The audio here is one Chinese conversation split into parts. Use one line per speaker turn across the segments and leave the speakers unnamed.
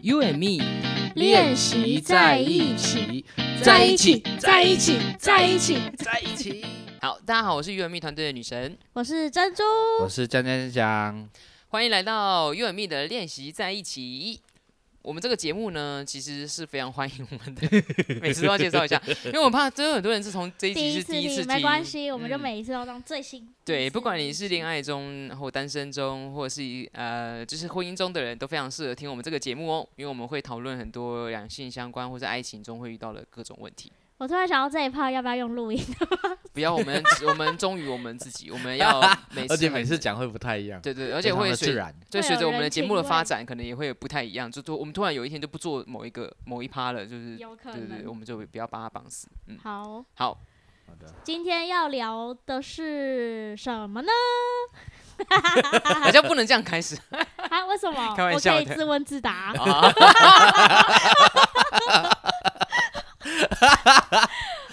You and me
练习在一起，
在一起，在一起，在一起，
在一起。
好，大家好，我是 You and me 团队的女神，
我是珍珠。
我是江江江，
欢迎来到 You and me 的练习在一起。我们这个节目呢，其实是非常欢迎我 们的，每次都要介绍一下，因为我怕真的很多人是从这一集
第一
是
次
第一次
听
听，
没关系，我们就
嗯
每一次都当最新。
对，不管你是恋
爱，
爱中或单身中，或者是呃，就是婚姻中的人，都非常适合听我们这个节目哦，因为我们会讨论很多两性相关或是爱情中会遇到的各种问题。
我突然想到这一炮要不要用 录音？
不要我们，我们忠于我们自己，我们要 每次，
而且每次，讲会不太一样，
对对，而
而
且会
自
随
然。
对
会
随
有
着我们
啊人
的节
情
目的发
味
展，可能也会不太一样，就突我们突然有一天就不做某一个某一趴了，就是
有可
对对对，我
能。
们就不要把它绑死。嗯，
好，
好，
好的，
今天要聊的是什么呢？
好像不能这样开始
啊，为什么？
开玩
我
笑
可以
的
自问自答。
啊。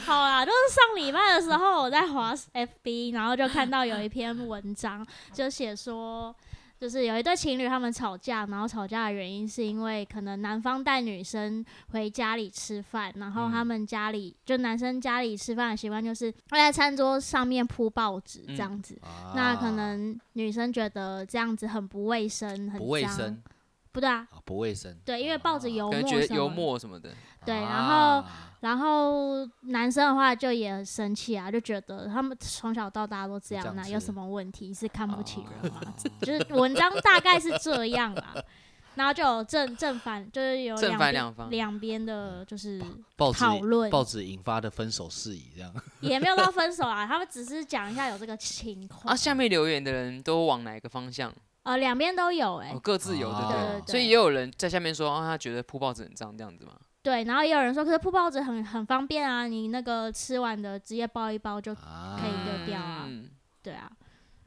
好啦，就是上礼拜的时候，我在滑 FB，然后就看到有一篇文章，就写说，就是有一对情侣他们吵架，然后吵架的原因是因为可能男方带女生回家里吃饭，然后他们家里、就男生家里吃饭的习惯就是会在餐桌上面铺报纸这样子。
啊
那可能女生觉得这样子很不卫生，很
不卫
脏
生，
不对啊，
啊，不卫生。
对，因为报纸
啊
可
油墨
能觉
什
得
么
幽
的
默什么的，
对然
啊
然后男生的话就也很生气啊，就觉得他们从小到大都这
这
样，
样
那
子
有什么问题是看不起人吗？
啊
就是文章大概是这样啦， 然后就有正正反，就是有
正
两
反
边
两方
两边的就是
报纸
讨论，
嗯报纸引发的分手事宜，这样
也没有到分手啊，他们只是讲一下有这个情况
啊，，下面留言的人都往哪一个方向？哦
呃，两边都有哎、
哦，各自有，对不
对
对
对？对
所以也有人在下面说，哦，他觉得铺报纸很脏，这样子嘛。
对，然后也有人说，可是铺报纸很很方便啊，你那个吃完的直接包一包就
啊
可以丢掉啊
嗯，
对啊，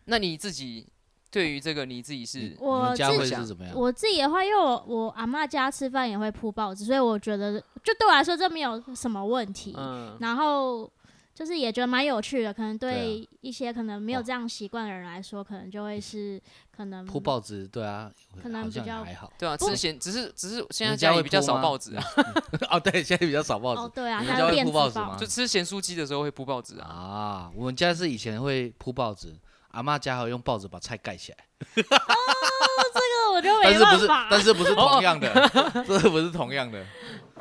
那你自己对于这个你自己是
你
我
们家
自
会
己
是怎么样？
我自己的话，因为我我阿嬷家吃饭也会铺报纸，所以我觉得就对我来说这没有什么问题。
嗯，
然后就是也觉得蛮有趣的，可能
对
对一些可能没有
哦
这样习惯的人来说，可能就会是可能
铺报纸，对啊，
可能
好
比
像也
较
还好。
对啊，
不
之前只是只是现在
你们家
家里
会
比较
铺
少
吗
报纸啊，
哦，对，现在比较少报
哦
纸
对啊，
你
现在
们家
有
会
电
铺
子
报
报
纸吗
就吃咸酥鸡的时候会铺报
哦
纸啊。
啊。我们家是以前会铺报纸，阿妈家还有用报纸把菜盖起来，
这个我就
但
没
是不
办
是，
法。
但是不是同 样的，这是不是同样的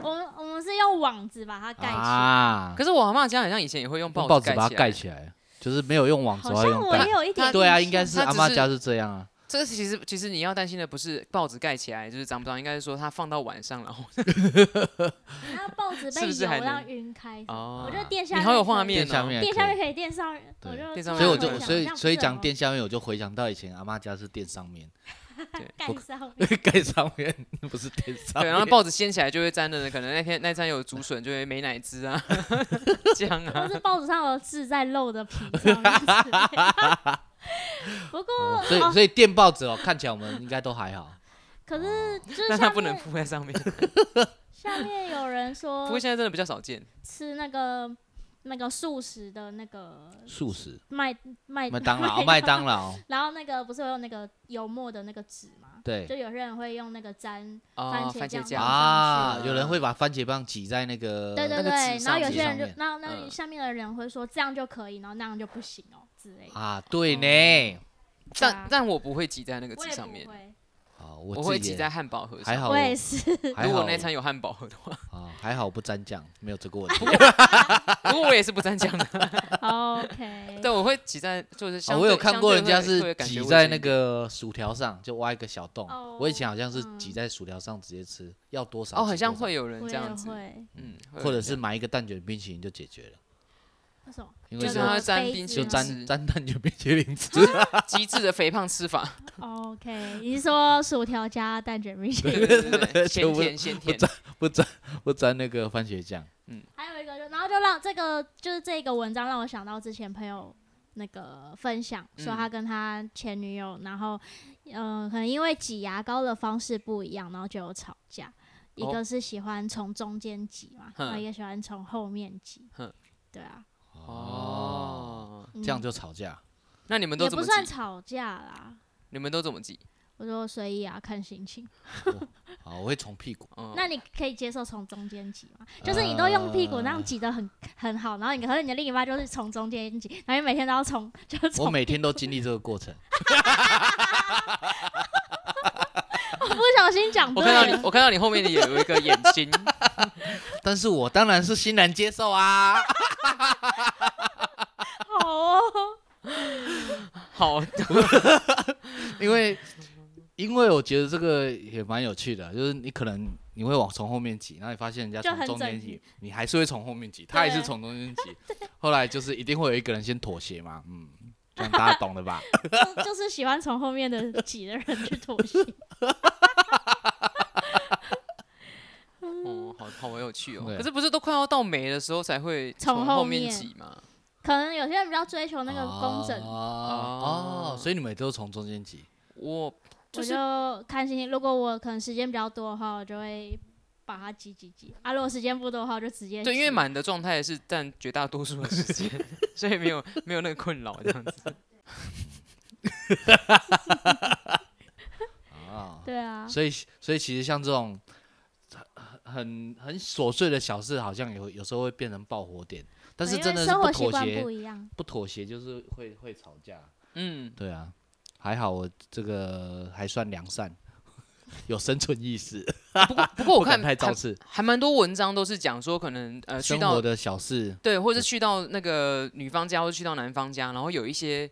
我们我们是用网子把它盖起来，
啊
可是我阿妈家好像以前也会用
用
报
报
纸
纸把它盖
盖来。
起来，就是没有用网
好
子，还
像
用
我
盖
也。有一点
它
印象。
对啊，应该是
它
阿
只
妈
是
家是这样啊。
这个其实其实你要担心的不是报纸盖起来就是脏不脏，应该是说它放到晚上然后
那报纸
是
被
不是
油
还
让
能。
晕开
哦
我觉得电下
你好有
面
画
可以
面哦
电下面，
电下面可以电上，我
对
就
电上
所以我
面
就所以所以讲
电。
电下面，我就回想到以前阿妈家是电上面，
盖
不
上面，
盖上面不是电上
对，
面。
然后报纸掀起来就会沾的，可能那天那餐有竹笋，就会没奶汁啊， 酱
或
啊。
是报纸上有字在漏的皮上面之类的。不过，
哦所
哦
以所以电报纸哦，看起来我们应该都 还好。
可是就是
但它
下
不能
面嗯
铺在上面，
下面有人
不
说
过现在真的比较少见。
吃那个那个素食的那个
素食，
麦麦
麦当劳，麦当
劳，
劳，
然后那个不是会有那个油墨的那个纸吗？就
对
有些人会用那个粘，
哦，
番
番
茄
茄
酱
酱
啊，
上去
有人会把番茄棒挤在那个
对对
呃那个
对，
纸
然
上
后有
纸
些
上
人就
面
那那
嗯
下面的人会说这样就可以，然后那样就不行哦之类的。
啊，
哦
对呢，
但但我不会挤在那个
啊我
纸
也
上
不
面，
会，
啊，
我
我
会
自己
挤
也
在汉堡盒
还
上。
好
我
我，
也是。
还
如
好
果那餐有汉堡盒的话，
啊，还好我不沾酱，没有这个问题。
不过我也是不沾酱的。
OK，
对，我会挤在就是
啊
相
我
对
有看过人家是挤
相对
在那，
会会感觉卫生一点
个薯条上，就挖一个小洞。
哦
我以前好像是
嗯
挤在薯条上直接吃，要多少
哦，
挤
好像
多少
会有人
我
这
也
样子，
会。
嗯，会有
或者
人
是买一个蛋卷冰淇淋就解决了，
那什么？
因
就
为
是
是
就
它
我
会沾
杯
冰
子
淇淋
就
吗
沾
沾沾蛋卷冰淇淋吃。
极致的肥胖吃法，
OK，你是说薯条加蛋卷冰淇
对
淋，
对对 对，
就
鲜
不
甜鲜甜，
不沾不沾那个番茄酱
还有一个就，然后就让这个就是这个文章让我想到之前朋友那个分享，说
嗯
他跟他前女友，然后嗯、呃可能因为挤牙膏的方式不一样，然后就有吵架。一
哦
个是喜欢从中间挤嘛，
哼
然后一个喜欢从后面挤
哼。
对啊，
哦，
哦。
嗯
这样就吵架
那你们都
也
怎
不
么
算
挤？
吵架啦。
你们都怎么挤？
我说随意啊，看心情。
好，我会从屁 股，
嗯，
那你可以接受从中间挤吗？就是你都用屁股那样挤得很很好，然后你可是你的另一半就是从中间挤，然后你每天都要从 就是从
我每天都经历这个过程。
我不小心讲
我
对
看到
了
你，，我看到你后面的有一个眼睛，
但是我当然是欣然接受啊。
好哦，
好，
因为因为我觉得这个也蛮有趣的，就是你可能你会往从后面挤，然后你发现人家
就
从
很
中间
整
挤
齐，啊
你还是会从后面挤，他也是从中间 挤，后来就是一定会有一个人先妥协嘛，嗯，这样大家懂了吧？
就就是喜欢从后面的挤的人去妥 协。
哦，好好有趣哦。
对
可是不是都快要到没的时候才会
从
从
后
后面
面
挤吗？
可能有些人比较追 求那个工整，嗯
哦，哦所以你们也都从中间挤，
我就
我
是
就看心情。如果我可能时间比较多的话，我就会把它挤挤挤；啊，如果时间不多的话，我就直接
对，因为
挤
满的状态是占绝大多数的时间， 所以没有没有那个困扰这样子。
哦，
对啊，
所以所以其实像这种。很很琐碎的小事，好像有有时候会变成爆火点，但是
哎因为
真的是
生活
不
习
妥
惯
协
不，一样。
不妥协就是会会吵架。
嗯，
对啊，还好我这个还算良善， 有生存意识，
不过不过我
不敢
看
太
还
造次。
还蛮多文章都是讲说，可能呃去
生
到
活的小事，
对，或者是去到那个女方家，或者去到男方家，然后有一些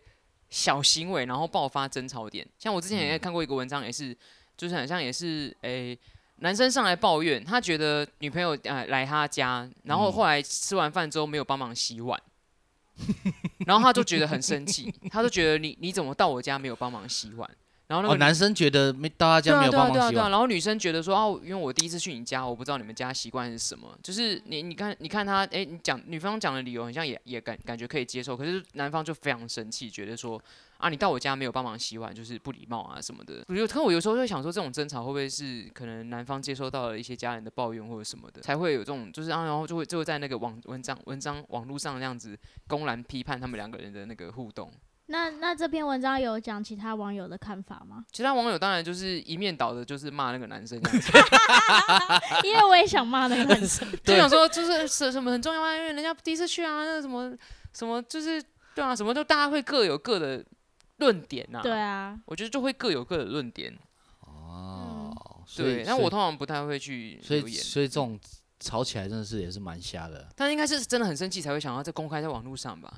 小行为，然后爆发争吵点。像我之前也
嗯
看过一个文章，也是，就是很像也是，诶、男生上来抱怨，他觉得女朋友呃来他家，然
嗯
后后来吃完饭之后没有帮忙洗碗，然后他就觉得很生气，他就觉得你你怎么到我家没有帮忙洗碗？然后那
哦，
个女
男生觉得没到他
对
家没
啊
有
对啊
帮
对啊
忙洗
对啊，
碗，
然后女生觉得说哦、因为我第一次去你家，我不知道你们家习惯是什么。就是你你看你看他，哎、你讲女方讲的理由，好像也也感感觉可以接受，可是男方就非常生气，觉得说啊，你到我家没有帮忙洗碗，就是不礼貌啊什么的。我就可我有时候就会想说，这种争吵会不会是可能男方接收到了一些家人的抱怨或者什么的，才会有这种就是啊，然后就会就会在那个网文章文章网络上那样子公然批判他们两个人的那个互动。
那那这篇文章有讲其他网友的看法吗？
其他网友当然就是一面倒的，就是骂那个男生这样子
因为我也想骂那个男生，
就
对
想说就是什什么很重要啊，因为人家第一次去啊，那什么什么就是对啊，什么就大家会各有各的论点呐、
对，啊，
我觉得就会各有各的论点。
哦，所
嗯
以
对，但我
所
通常不太会去
以所
留
以
言，嗯
所以这种吵起来真的是也是蛮瞎的，
但应该是真的很生气才会想要再公开在网络上吧。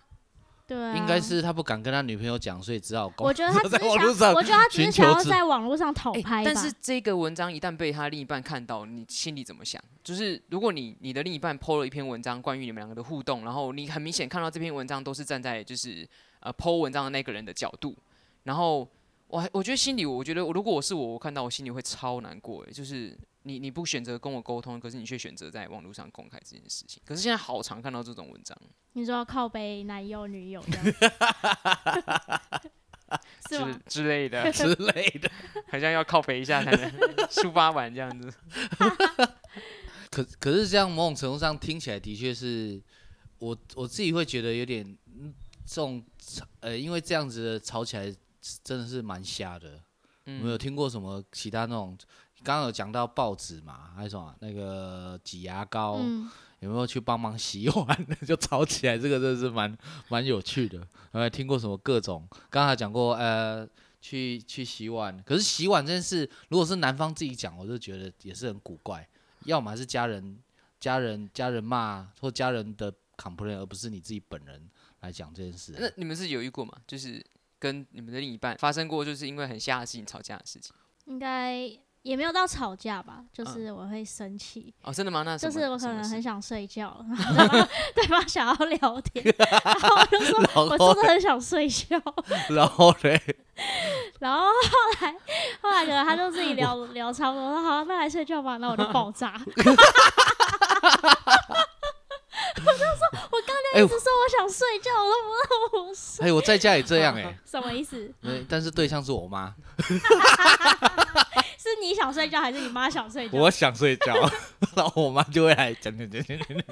对啊，
应该。是他不敢跟他女朋友讲，所以只好公
我觉 得他只
在
是
网络
想，
上
我觉得他只是
寻
想
求
要
自，
在网络上讨
哎，
拍吧。
但是这个文章一旦被他另一半看到，你心里怎么想？就是如果你你的另一半 PO 了一篇文章关于你们两个的互动，然后你很明显看到这篇文章都是站在就是呃 PO 文章的那个人的角度，然后我还我觉得心里我觉得我如果我是我，我看到我心里会超难过诶，就是。你你不选择跟我沟通，可是你却选择在网络上公开这件事情。可是现在好常看到这种文章，
你说靠背男友女友这样，是
之
吗？
之类的
之类的。
好像要靠北一下才能 抒发完这样子。
可可是这样某种程度上听起来的确是我我自己会觉得有点嗯这种吵呃，因为这样子的吵起来真的是蛮瞎的。我有
嗯，
听过什么其他那种，刚刚有讲到报纸嘛，还有什么那个挤牙膏，
嗯，
有没有去帮忙洗碗就吵起来，这个真的是蛮 蛮有趣的。然后还听过什么各种，刚才讲过呃，去去洗碗，可是洗碗这件事，如果是男方自己讲，我就觉得也是很古怪，要么是家人家人家人骂或家人的 complain，而不是你自己本人来讲这件事啊。
那你们是有遇过吗？就是跟你们的另一半发生过，就是因为很瞎的事情吵架的事情
应该也没有到吵架吧，
嗯
就是我会生气，
哦，真的吗？那什
就
么
是我可
什么
能
事
很想睡 觉，然后对方对方想要聊天，然后我就说 我真的很想睡觉，
然后嘞，
然后后来后来可能他就自己聊聊差不多，我说好，那来睡觉吧，那我就爆炸， 我就说我刚
哎
才
呦
一直说我想睡觉，我都不让我睡，
哎，我在家也这样哎、
什么意思？
对但是对象是我妈，
是你想睡觉还是你妈想睡觉？
我想睡觉， 然后我妈就会来讲讲讲讲讲讲，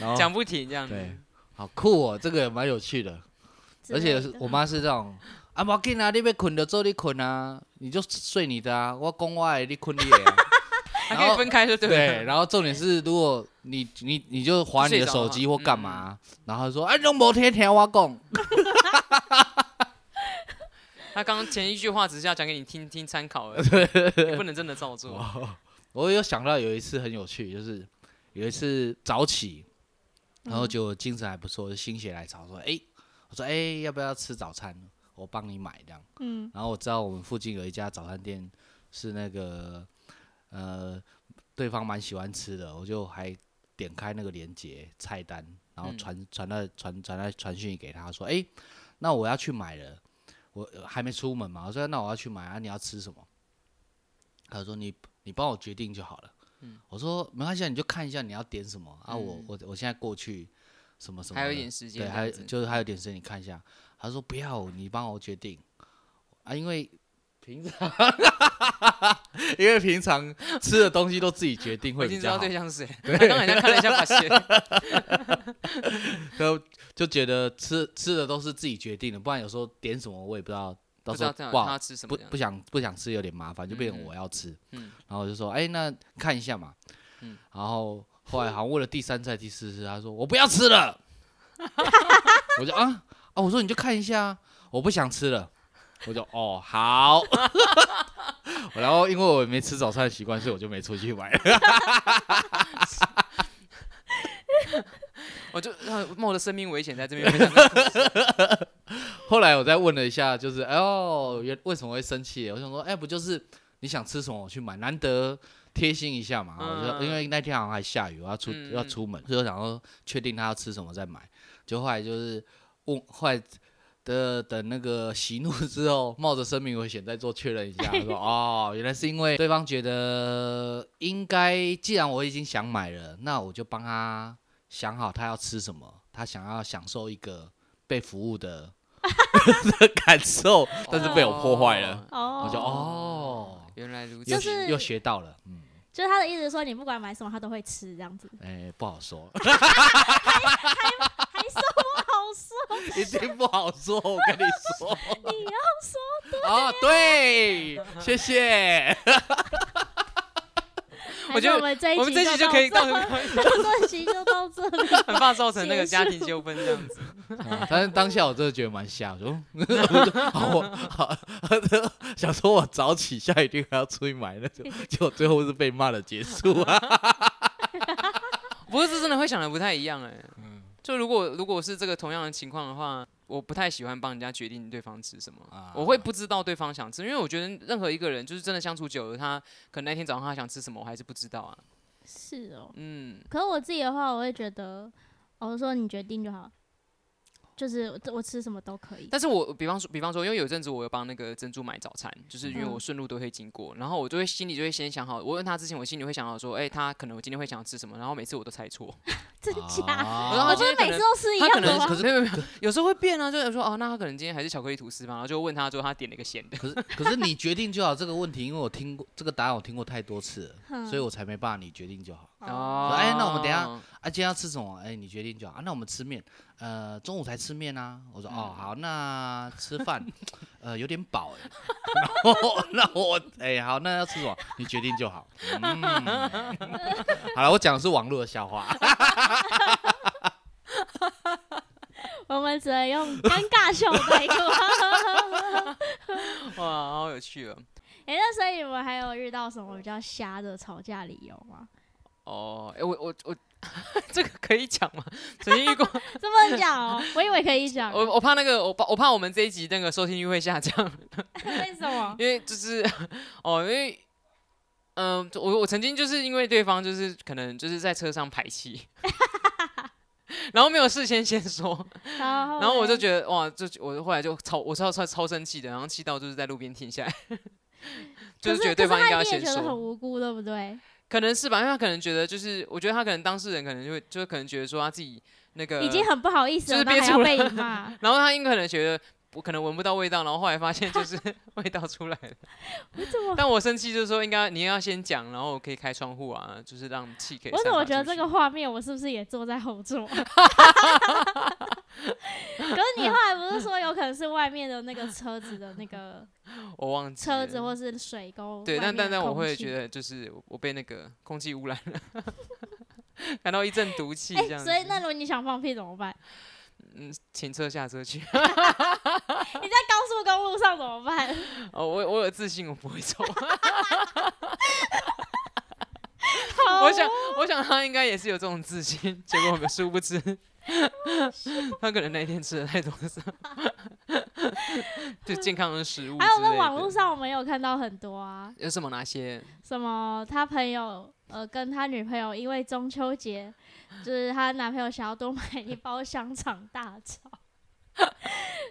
然后
讲不停这
嗯
样子。
哦对，好酷哦，这个也蛮有趣的，
之
而
类
且
的
我妈是这种。啊，不要紧啊，你要困就做你困啊，你就睡你的啊，我讲我的，你困你的、啊。
还可以分开就对
啊
对，
了。
然后重点是，如果你你你就划你的手机或干嘛，然后说哎，用某天天挖供，
他刚刚前一句话只是要讲给你听听参考 而已，你不能真的照做。
我有想到有一次很有趣，就是有一次早起，然
嗯
后就精神还不错，就心血来潮说，哎，我说哎，要不要吃早餐？我帮你买这样。
嗯，
然后我知道我们附近有一家早餐店是那个呃对方蛮喜欢吃的，我就还点开那个链接菜单，然后
嗯
传、传到传传到传讯给他说，哎、那我要去买了，我还没出门嘛，我说那我要去买啊，你要吃什么？他说你你帮我决定就好了。我说没关系，啊，你就看一下你要点什么啊，我
嗯
我我现在过去什么什么的，
还有一点时间
对，
这
还有
样子
就是还有点事，你看一下。他说不要，你帮我决定啊，因为平常 因为平常吃的东西都自己决定
我
会
已经
比
知
较
道
好，
对象是谁，他刚才看了一下 发现，
就就觉得吃吃的都是自己决定的，不然有时候点什么我也不知道，
不
到时
知
候
道这样
不
他
好
要吃什
不
么这样。
不想不想吃有点麻烦，就变成
嗯嗯
我要吃，
嗯
然后我就说哎、那看一下嘛，
嗯
然后后来好像问了第三次还是第四次，他说我不要吃了， 我就啊啊我说你就看一下啊，我不想吃了，我就哦好， 然后因为我没吃早餐的习惯，所以我就没出去买。
我 就呃冒着生命危险在这边分享这个故事。
后来我再问了一下，就是哎呦，原为什么会生气？我想说，哎，不就是你想吃什么我去买，难得贴心一下嘛。
嗯
我就因为那天好像还下雨，我要出、
嗯
要出门，所以我想说确定他要吃什么再买。就后来就是问，后来的等那个息怒之后，冒着生命危险再做确认一下，我 说哦，原来是因为对方觉得应该，既然我已经想买了，那我就帮他想好他要吃什么，他想要享受一个被服 务的的感受，但是被我破坏了，
哦，
我就哦，
原来如此，
又
就
学
是
又学到了，嗯，
就是他的意思是说，你不管买什么，他都会吃这样子，
哎，不好说，
还说我好说，
一定不好说，我跟你说，
你要说
哦，对，谢谢。
还是
我觉得
我们这一
我们这集
就
就可以
到
到
这，
很
这集就到这里。
怕造成那个 家庭纠纷这样子。
啊但是当下我真的觉得蛮吓，我说 嗯好我好，想说我早起下雨天还要出去买那种，结果最后是被骂的结束啊。
不过这真的会想的不太一样哎、就如果如果是这个同样的情况的话，我不太喜欢帮人家决定对方吃什么，
啊
我会不知道对方想吃，因为我觉得任何一个人就是真的相处久了，他可能那天早上他想吃什么，我还是不知道啊。
是哦，
嗯，
可是我自己的话，我会觉得，哦我说你决定就好，就是我我吃什么都可以。
但是我比方说，比方说，因为有一阵子我有帮那个珍珠买早餐，就是因为
嗯
我顺路都会经过，然后我就会心里就会先想好，我问他之前，我心里会想好说，哎、他可能我今天会想吃什么，然后每次我都猜错，
真假？
哦然后他
我
啊
今
就
天
是每
可能
次都吃一
他可
样
能
的吗
可？是没有没有，有时候会变啊，就是说哦，那他可能今天还是巧克力吐司吧，然后就问他说他点了一个咸的，
可是可是你决定就好这个问题，因为我听过这个答案，我听过太多次了，
哼
所以我才没办法你决定就好。
嗯
哦，
哎那我们等一下啊，今天要吃什么？哎，你决定就好啊。那我们吃面，呃，中午才吃面啊。我说
嗯
哦，好，那吃饭，呃，有点饱哎。 然后 那我哎，好，那要吃什么？你决定就好。嗯， 好了，我讲的是网络的笑话。
我们只能用尴尬笑代过。
哇，好有趣哦。
哎、那所以你们还有遇到什么比较瞎的吵架理由吗？
哦，哎、我我我， 这个可以讲吗？曾经遇 过，
这不能讲 哦，我以为可以讲。
我我怕那个，我怕我怕我们这一集那个收听率会下降，
为什 么？
因为就是哦，因为。嗯，我我曾经就是因为对方就是可能就是在车上排气， 然后没有事先先说，
然后
然后我就
得，
觉得哇，就我后来就超我超超超生气的，然后气到就是在路边停下来， 就
可
觉得对方应该要先
可是他一定也觉得很
说，
无辜，对不对？
可能是吧，因为他可能觉得就是，我觉得他可能当事人可能就会就可能觉得说他自己那个
已经很不好意思
呃就是憋
了，然后
住
还
了
要 被你骂。
然后他应该可能觉得我可能闻不到味道，然后后来发现就是 味道出来了。
我怎么
但我生气就是说，应该你要先讲，然后我可以开窗户啊，就是让气可以。
我怎么觉得这个？画面，我是不是也坐在后座？ 可是你后来不是说有可能是外面的那个车子的那个
我忘记
车子
了
或是水沟？
对，但但但我会觉
得，
得就是我我被那个空气污染了， 感到一阵毒气
哎、
这样子。
所以那如果你想放屁怎么办？
嗯，请车下 车去。
你在高速公路上怎么办？
哦，我我有自信，我不会走。
好
我想我想他应该也是有这种自信，结果我们殊不知。 他可能那一天吃了太多伤，就健康的食物之类的。
还有在网络上，我们有看到很多啊，
有什么哪些？
什么他朋友呃跟他女朋友因为中秋节，就是他男朋友想要多买一包香肠大肠，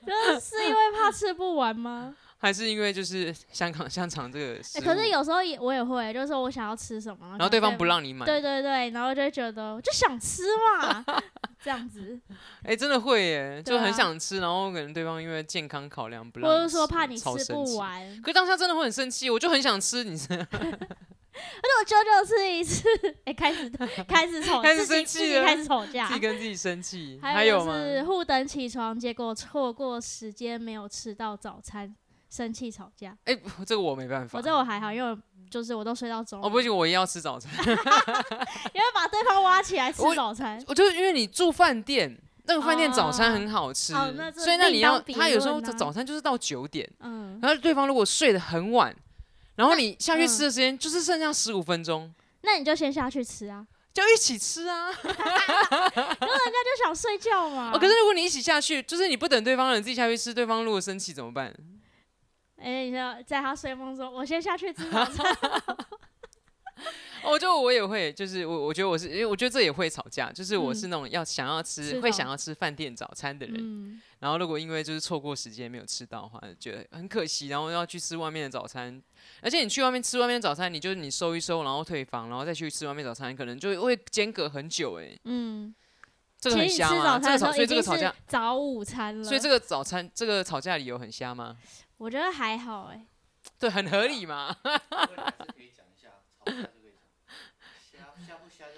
就是是因为怕吃不完吗？
还是因为就是香港香肠这个食
欸
物，
可是有时候也我也会，就是说我想要吃什么，
然后对方不。让你买，
对对对，然后就觉得就想吃嘛， 这样子，
哎、真的会耶，
对
就很
啊
想吃，然后可能对方因为健康考量不让，
或者说怕你吃
超生
不
气。
完，
可是当下真的会很生气，我就很想吃，你是
而且我久久吃一次， 哎、开始开始吵，
开始
自己
生
自
气
己
了
开始吵架，
自己跟自己生气。还
啊还有
吗？
就是互等起床，结果错过时间没有吃到早餐，生气吵架。
哎、这个我没办法，
我这我还好，因为我就是我都睡到中午，
哦不行，我也要吃早餐。
因为把对方挖起来吃
我
早餐。
我就是因为你住饭店，那个饭店早餐很好吃，
哦那这
所以那你
另
要
当别
他有时候
论啊
早餐就是到九点，
嗯，
然后对方如果睡得很晚，然后你下去
嗯
吃的时间就是剩下十五分钟，
那你就先下去吃啊，
就一起吃啊。
那就想睡觉嘛。
哦，可是如果你一起下去，就是你不等对方了，你自己下去吃，对方如果生气怎么办？
哎、你说在他睡梦中，我先下去吃早餐。
哦，我觉得我也会，就是我我觉得我是，因为我觉得这也会吵架，就是我
嗯
是那种要想要吃，
吃
会
到
想要吃饭店早餐的人，
嗯，
然后如果因为就是错过时间没有吃到的话，觉得很可惜，然后要去吃外面的早餐，而且你去外面吃外面的早餐，你就是你收一收，然后退房，然后再去吃外面早餐，可能就会间隔很久哎、
嗯，
这个很
其实你
瞎
吃
吗？
早
这个
餐的时
吵，
候
所以
已
这个
经
吵
是
架，
早午餐了，
所以这个早餐这个吵架理由很瞎吗？
我觉得还好哎、
对，很合理嘛。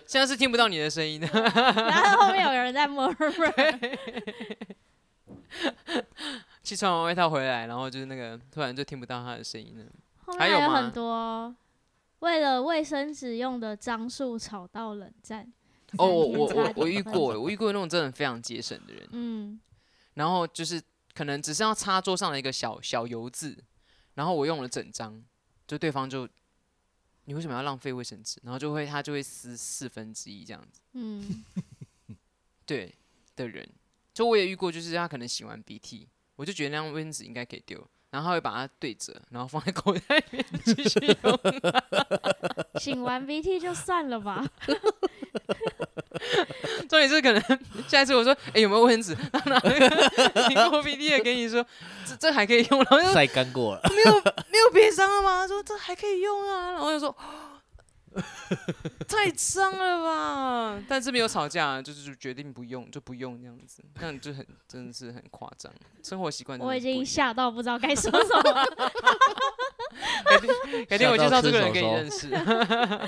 现在是听不到你的声音的。
然后后面有人在 murmur，
去穿完外套回来，然后就是那个突然就听不到他的声音了。
后
还
面
有
还有
吗
很多哦为了卫生纸用的樟树吵到冷战。
哦，我
三天
我
差
我
点
我遇
分
过，
手，
我遇过那种真的非常节省的人，
嗯，
然后就是可能只是要擦桌上的一个小小油渍，然后我用了整张，就对方就你为什么要浪费卫生纸？然后就会他就会撕四分之一这样子，
嗯，
对的人，就我也遇过，就是他可能洗完鼻涕，我就觉得那样卫生纸应该可以丢，然后他会把它对折，然后放在口袋里面继续 用。
擤完鼻涕就算 了吧。
重点是可能下一次我说，哎、有没有卫生纸？然后拿那个 苹果 PD 的给你说，这这还可以用，然后就说
晒干过了，
没有没有别脏了吗？他说这还可以用啊，然后我就说。 太脏了吧！但是没有吵架，啊就是决定不用就不用这样子，那你就很真的是很夸张，生活习惯真的
我已
是不一
经
样。
吓到不知道该说什么，
改天我介绍这个人给你
吓到
认 识。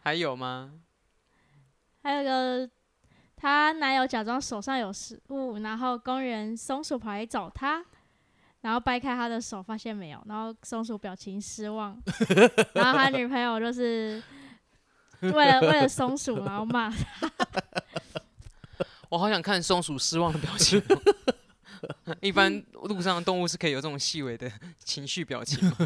还有吗？
还有一个。她男友假装手上有食物，然后公园松鼠跑来找她，然后掰开她的手，发现没有，然后松鼠表情失 望，然后他女朋友就是为了为了松鼠，然后骂她，
我好想看松鼠失望的表情 哦。一般路上的动物是可以有这种细微的情绪表情吗？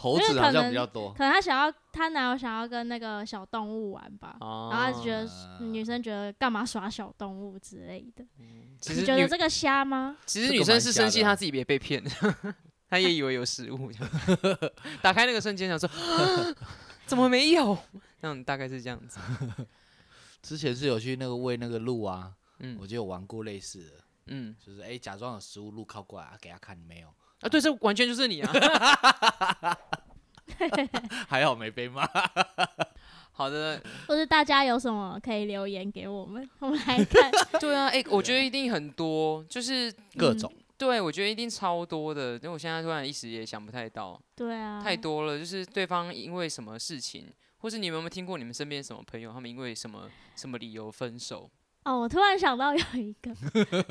猴
因为
子
可
好像
能
比较多。
可能她想要她男友想要跟那个小动物玩吧，
哦
然后他就觉得嗯女生觉得干嘛耍小动物之类的，
其
你
实
觉得
女
这个瞎吗？
其实
这
女
个
生
蛮
是
瞎
生
的
气，
啊
她自己别被骗， 她也以为有食物这样。 打开那个瞬间，想说啊怎么没有？那种大概是这样子。
之前是有去那个喂那个鹿啊，
嗯
我就有玩过类似的，
嗯
就是哎、假装有食物，鹿靠过来、啊、给他看没有，
啊，对，这完全就是你啊！
嗯
还好没被骂。
好的，
或是大家有什么可以留言给我们， 我们 来看。
对啊，哎、我觉得一定很多，就是
各种。
对我觉得一定超多的，因为我现在突然一时也想不太到，
对啊，
太多了。就是对方因为什么事情，或是你们有没有听过你们身边什么朋友，他们因为什么什么理由分手，
哦，我突然想到有一 个，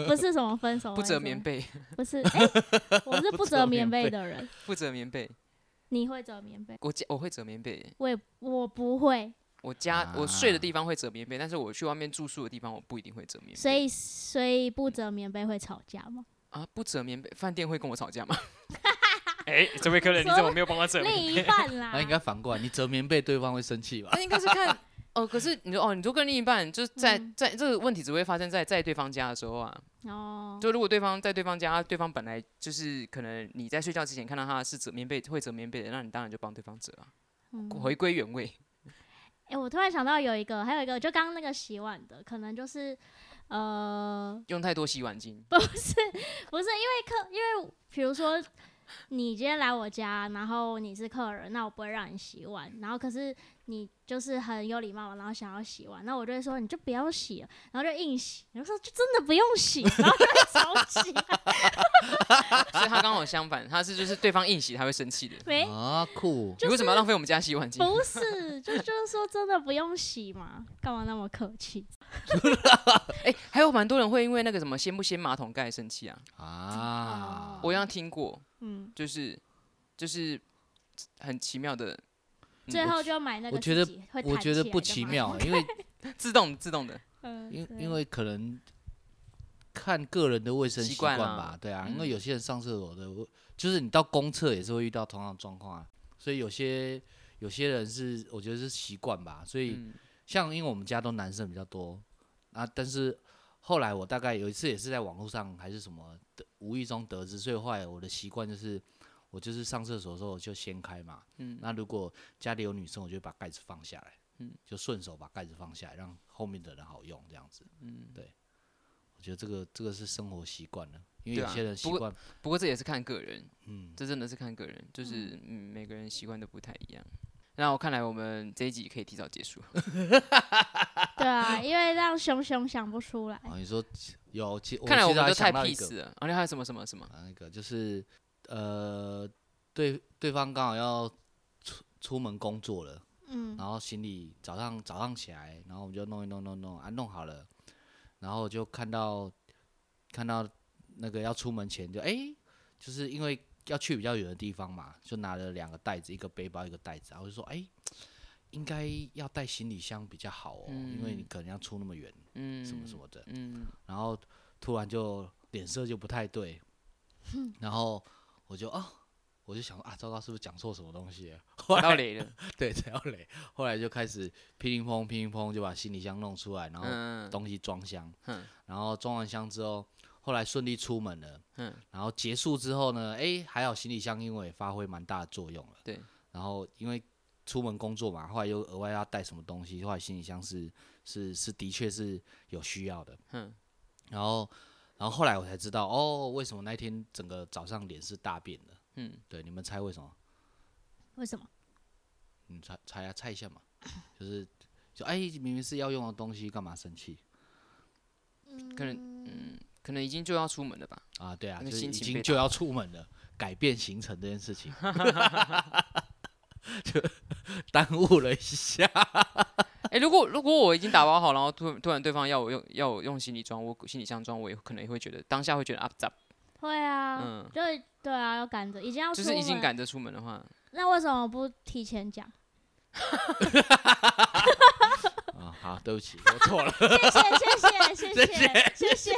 不是什么分手，
不折
折
棉，被，
不是，哎，我是不折棉被的人，
不折棉被，
你会折棉被，
我家我会折棉被，
我也我不会，
我家、我睡的
啊
地方会折棉被，但是我去外面住宿的地方我不一定会折棉被。
所以所以不折棉被会吵架吗？
啊，不折棉被，饭店会跟我吵架吗？ 哎、这位客人，你怎么没有帮他折
另一半 啦，
那应该反过来，你折棉被，对方会生气吧？
那应该是看 哦，可是你说哦，你说跟另一半，就是在、
嗯
在这个问题只会发生在在对方家的时候啊。
哦，
就如果对方在对方家，对方本来就是可能你在睡觉之前看到他是折棉被会折棉被的，那你当然就帮对方折啊，
嗯
回归原位。
哎、我突然想到有一个，还有一个，就刚刚那个洗碗的，可能就是，呃，
用太多洗碗 巾，
不是，不是，因为客，因为比如说你今天来我家，然后你是客人，那我不会让你洗碗，然后可是你就是很有礼貌，然后想要洗碗，那我就会说你就不要洗了，然后就硬洗，然后说就真的不用洗，然后就会吵起来，
所以他刚好相反，他是就是对方硬洗他会生气的。
没，
啊，酷！
你为什么要浪费我们家洗碗巾？
不是，就就是说真的不用洗嘛，干嘛那么客气？
哎、还有蛮多人会因为那个什么掀不掀马桶盖生气啊，
啊，
我好像听过，
嗯，
就是就是很奇妙的，嗯
最后就买那个
我觉得
自己会弹起来的嘛，
我觉得不奇妙，因为
自动自动的，
嗯，
因
对
因为可能看个人的卫生
习
习
惯
惯
啊
吧，对啊，因为
嗯
有些人上厕所的，就是你到公厕也是会遇到同样的状况啊，所以有些有些人是我觉得是习惯吧，所以
嗯，
像因为我们家都男生比较多啊，但是后来我大概有一次也是在网络上还是什么得无意中得知，所以后来我的习惯就是我就是上厕所的时候我就掀开嘛，
嗯
那如果家里有女生，我就会把盖子放下来，
嗯
就顺手把盖子放下来，让后面的人好用，这样子。
嗯，
我觉得这个这个是生活习惯了，因为
对
有
啊
些人习
不过
惯，
不过这也是看个人，
嗯，
这真的是看个人，就是嗯每个人习惯都不太一样。那我看来我们这一集可以提早结束。
对啊，因为让熊熊想不出来。
啊，你说有，其
哎看来
我
我
其实
们
还
都太
想到一个
peace 了。啊，你还有什么什么什么？
啊，那个就是呃，对对方刚好要出出门工作了，
嗯，
然后行李早上早上起来，然后我们就弄一弄弄一弄啊，弄好了，然后就看到看到那个要出门前就哎、就是因为要去比较远的地方嘛，就拿了两个袋子，一个背包一个袋子，然后就说哎、应该要带行李箱比较好哦，因为你可能要出那么远，
嗯，
什么什？么的，
嗯，
然后突然就脸色就不太对，然后我就啊。我就想说啊，糟糕，是不是讲错什么东西了？ 后
踩
来
到雷了。
对，踩到雷。后来就开始乒铃乓乒铃乓就把行李箱弄出来，然后
嗯，
东西装箱，
嗯
然后装完箱之后，后来顺利出门了，
嗯
然后结束之后呢，哎，还好行李箱因为也发挥蛮大的作用了，
对，
然后因为出门工作嘛，后来又额外要带什么东西，后来行李箱是是是的确是有需要的，
嗯
然后然后后来我才知道哦，为什么那天整个早上脸是大变的，
嗯，
对，你们猜为什么？
为什么？
你猜猜啊，猜一下嘛， 就是就哎，明明是要用的东西，干嘛生气
可能嗯，可能已经就要出门了吧？
啊？对啊，
那个
就是
心
已
情
经
被
就要出门了，改变行程这件 事情， 就耽误了一下。
啊哎，如果如果我已经打包好，然后突突然对方要我用要我用行李装，我行李箱装，我也可能也会觉得当下会觉得 up up，
会啊，
嗯
就对啊，要赶着，已经要
就
出
是
门，
已经赶着出门的话，
那为什么不提 前讲？
啊，好，对不起，我错了。
谢谢，谢谢，谢谢，谢谢。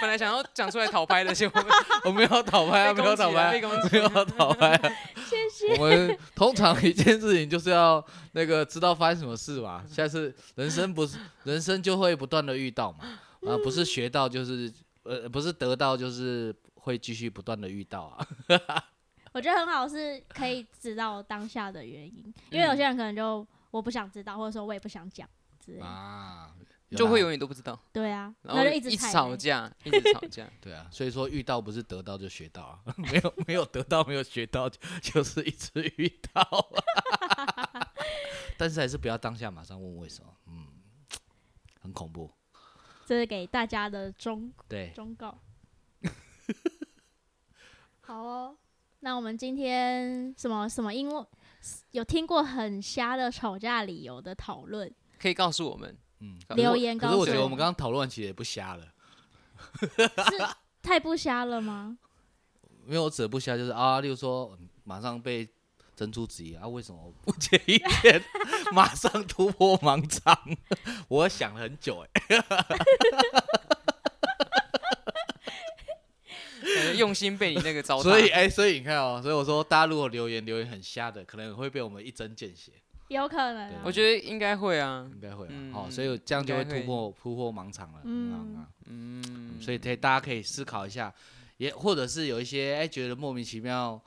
本来想要讲出来讨拍的，结 果
我没有讨拍 啊，
被
没
攻
有
击
讨
了，
拍
被
啊，
攻
没
击了。
有讨拍 啊。
谢谢
我们通常一件事情就是要那个知道发生什么事嘛，下次人生不是人生就会不断的遇到嘛，
嗯
啊，不是学到就是呃不是得到就是会继续不断的遇到啊，
我觉得很好，是可以知道当下
嗯
的原因，因为有些人可能就我不想知道，或者说我也不想讲之类的。
啊，
就
啦
会永远都不知道，
对啊，
然后
那就一直
直
踩
吵
雷
架，一直吵架。
对啊，所以说遇到不是得到就学到啊， 没有没有得到没有学到，就是一直遇到、啊。 但是还是不要当下马上问为什么，嗯，很恐怖。
这是给大家的忠
对，
忠 告。好哦，那我们今天什么什么因为有听过很瞎的吵架理由的讨论，
可以告诉我们，
嗯，
可
留
我
言
可
告
是
诉
我觉得我
我
们刚刚讨论其实也不瞎了，
是太不瞎了吗？
因为我指的不瞎就是啊，例如说嗯马上被珍珠质疑啊，为什么我不接一点， 马上突破盲肠？ 我想了很久、哎，
感觉用心被你那个糟蹋。
所以哎、所以你看哦，所以我说大家如果留言留言很瞎的，可能会被我们一针见血。
有可能
对
啊、
我觉得应该会啊，
应该会啦，
嗯
哦，
嗯
所以这样就会
应该
突
会
破突破盲场了，嗯啊，
嗯，
所以可以大家可以思考一下，也或者是有一些哎觉得莫名其妙，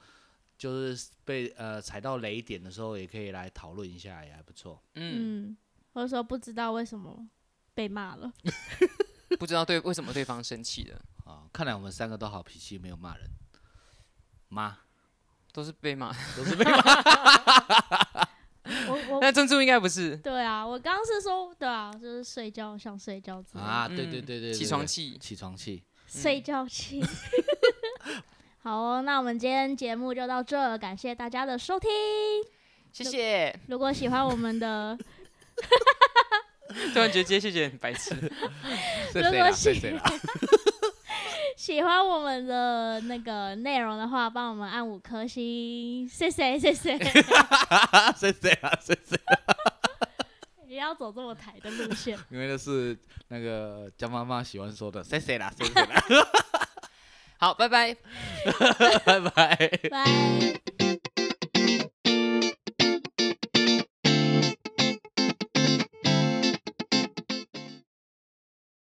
就是被呃踩到雷点的时候，也可以来讨论一下，也还不错。
嗯，
嗯，或者说不知道为什么被骂 了，
不知道对为什么对方生气的，
啊，看来我们三个都好脾气，没有骂人，妈
都是被骂。
都是被骂
我我
那珍珠应该不是
对啊，我刚刚是说对啊，就是睡觉像睡觉之类的
啊，
嗯
嗯对对对对，
起
对
床
对
气，
起床 气，
睡觉气。 好哦，那我们今天节目就到这，感谢大家的收听。
谢谢。
如果喜欢我们的，
突然觉得今天谢谢很白痴。
是
如
谁
果
啦？是
喜
谁啦？
喜欢我们的那个内容的话，帮我们按五颗星，谢谢谢谢。
是 谁啦？是谁？
不要走这么抬的路线，
因为那是那个江妈妈喜欢说的，谁谁啦？ 谁谁啦？
好，拜拜。
拜拜。
拜。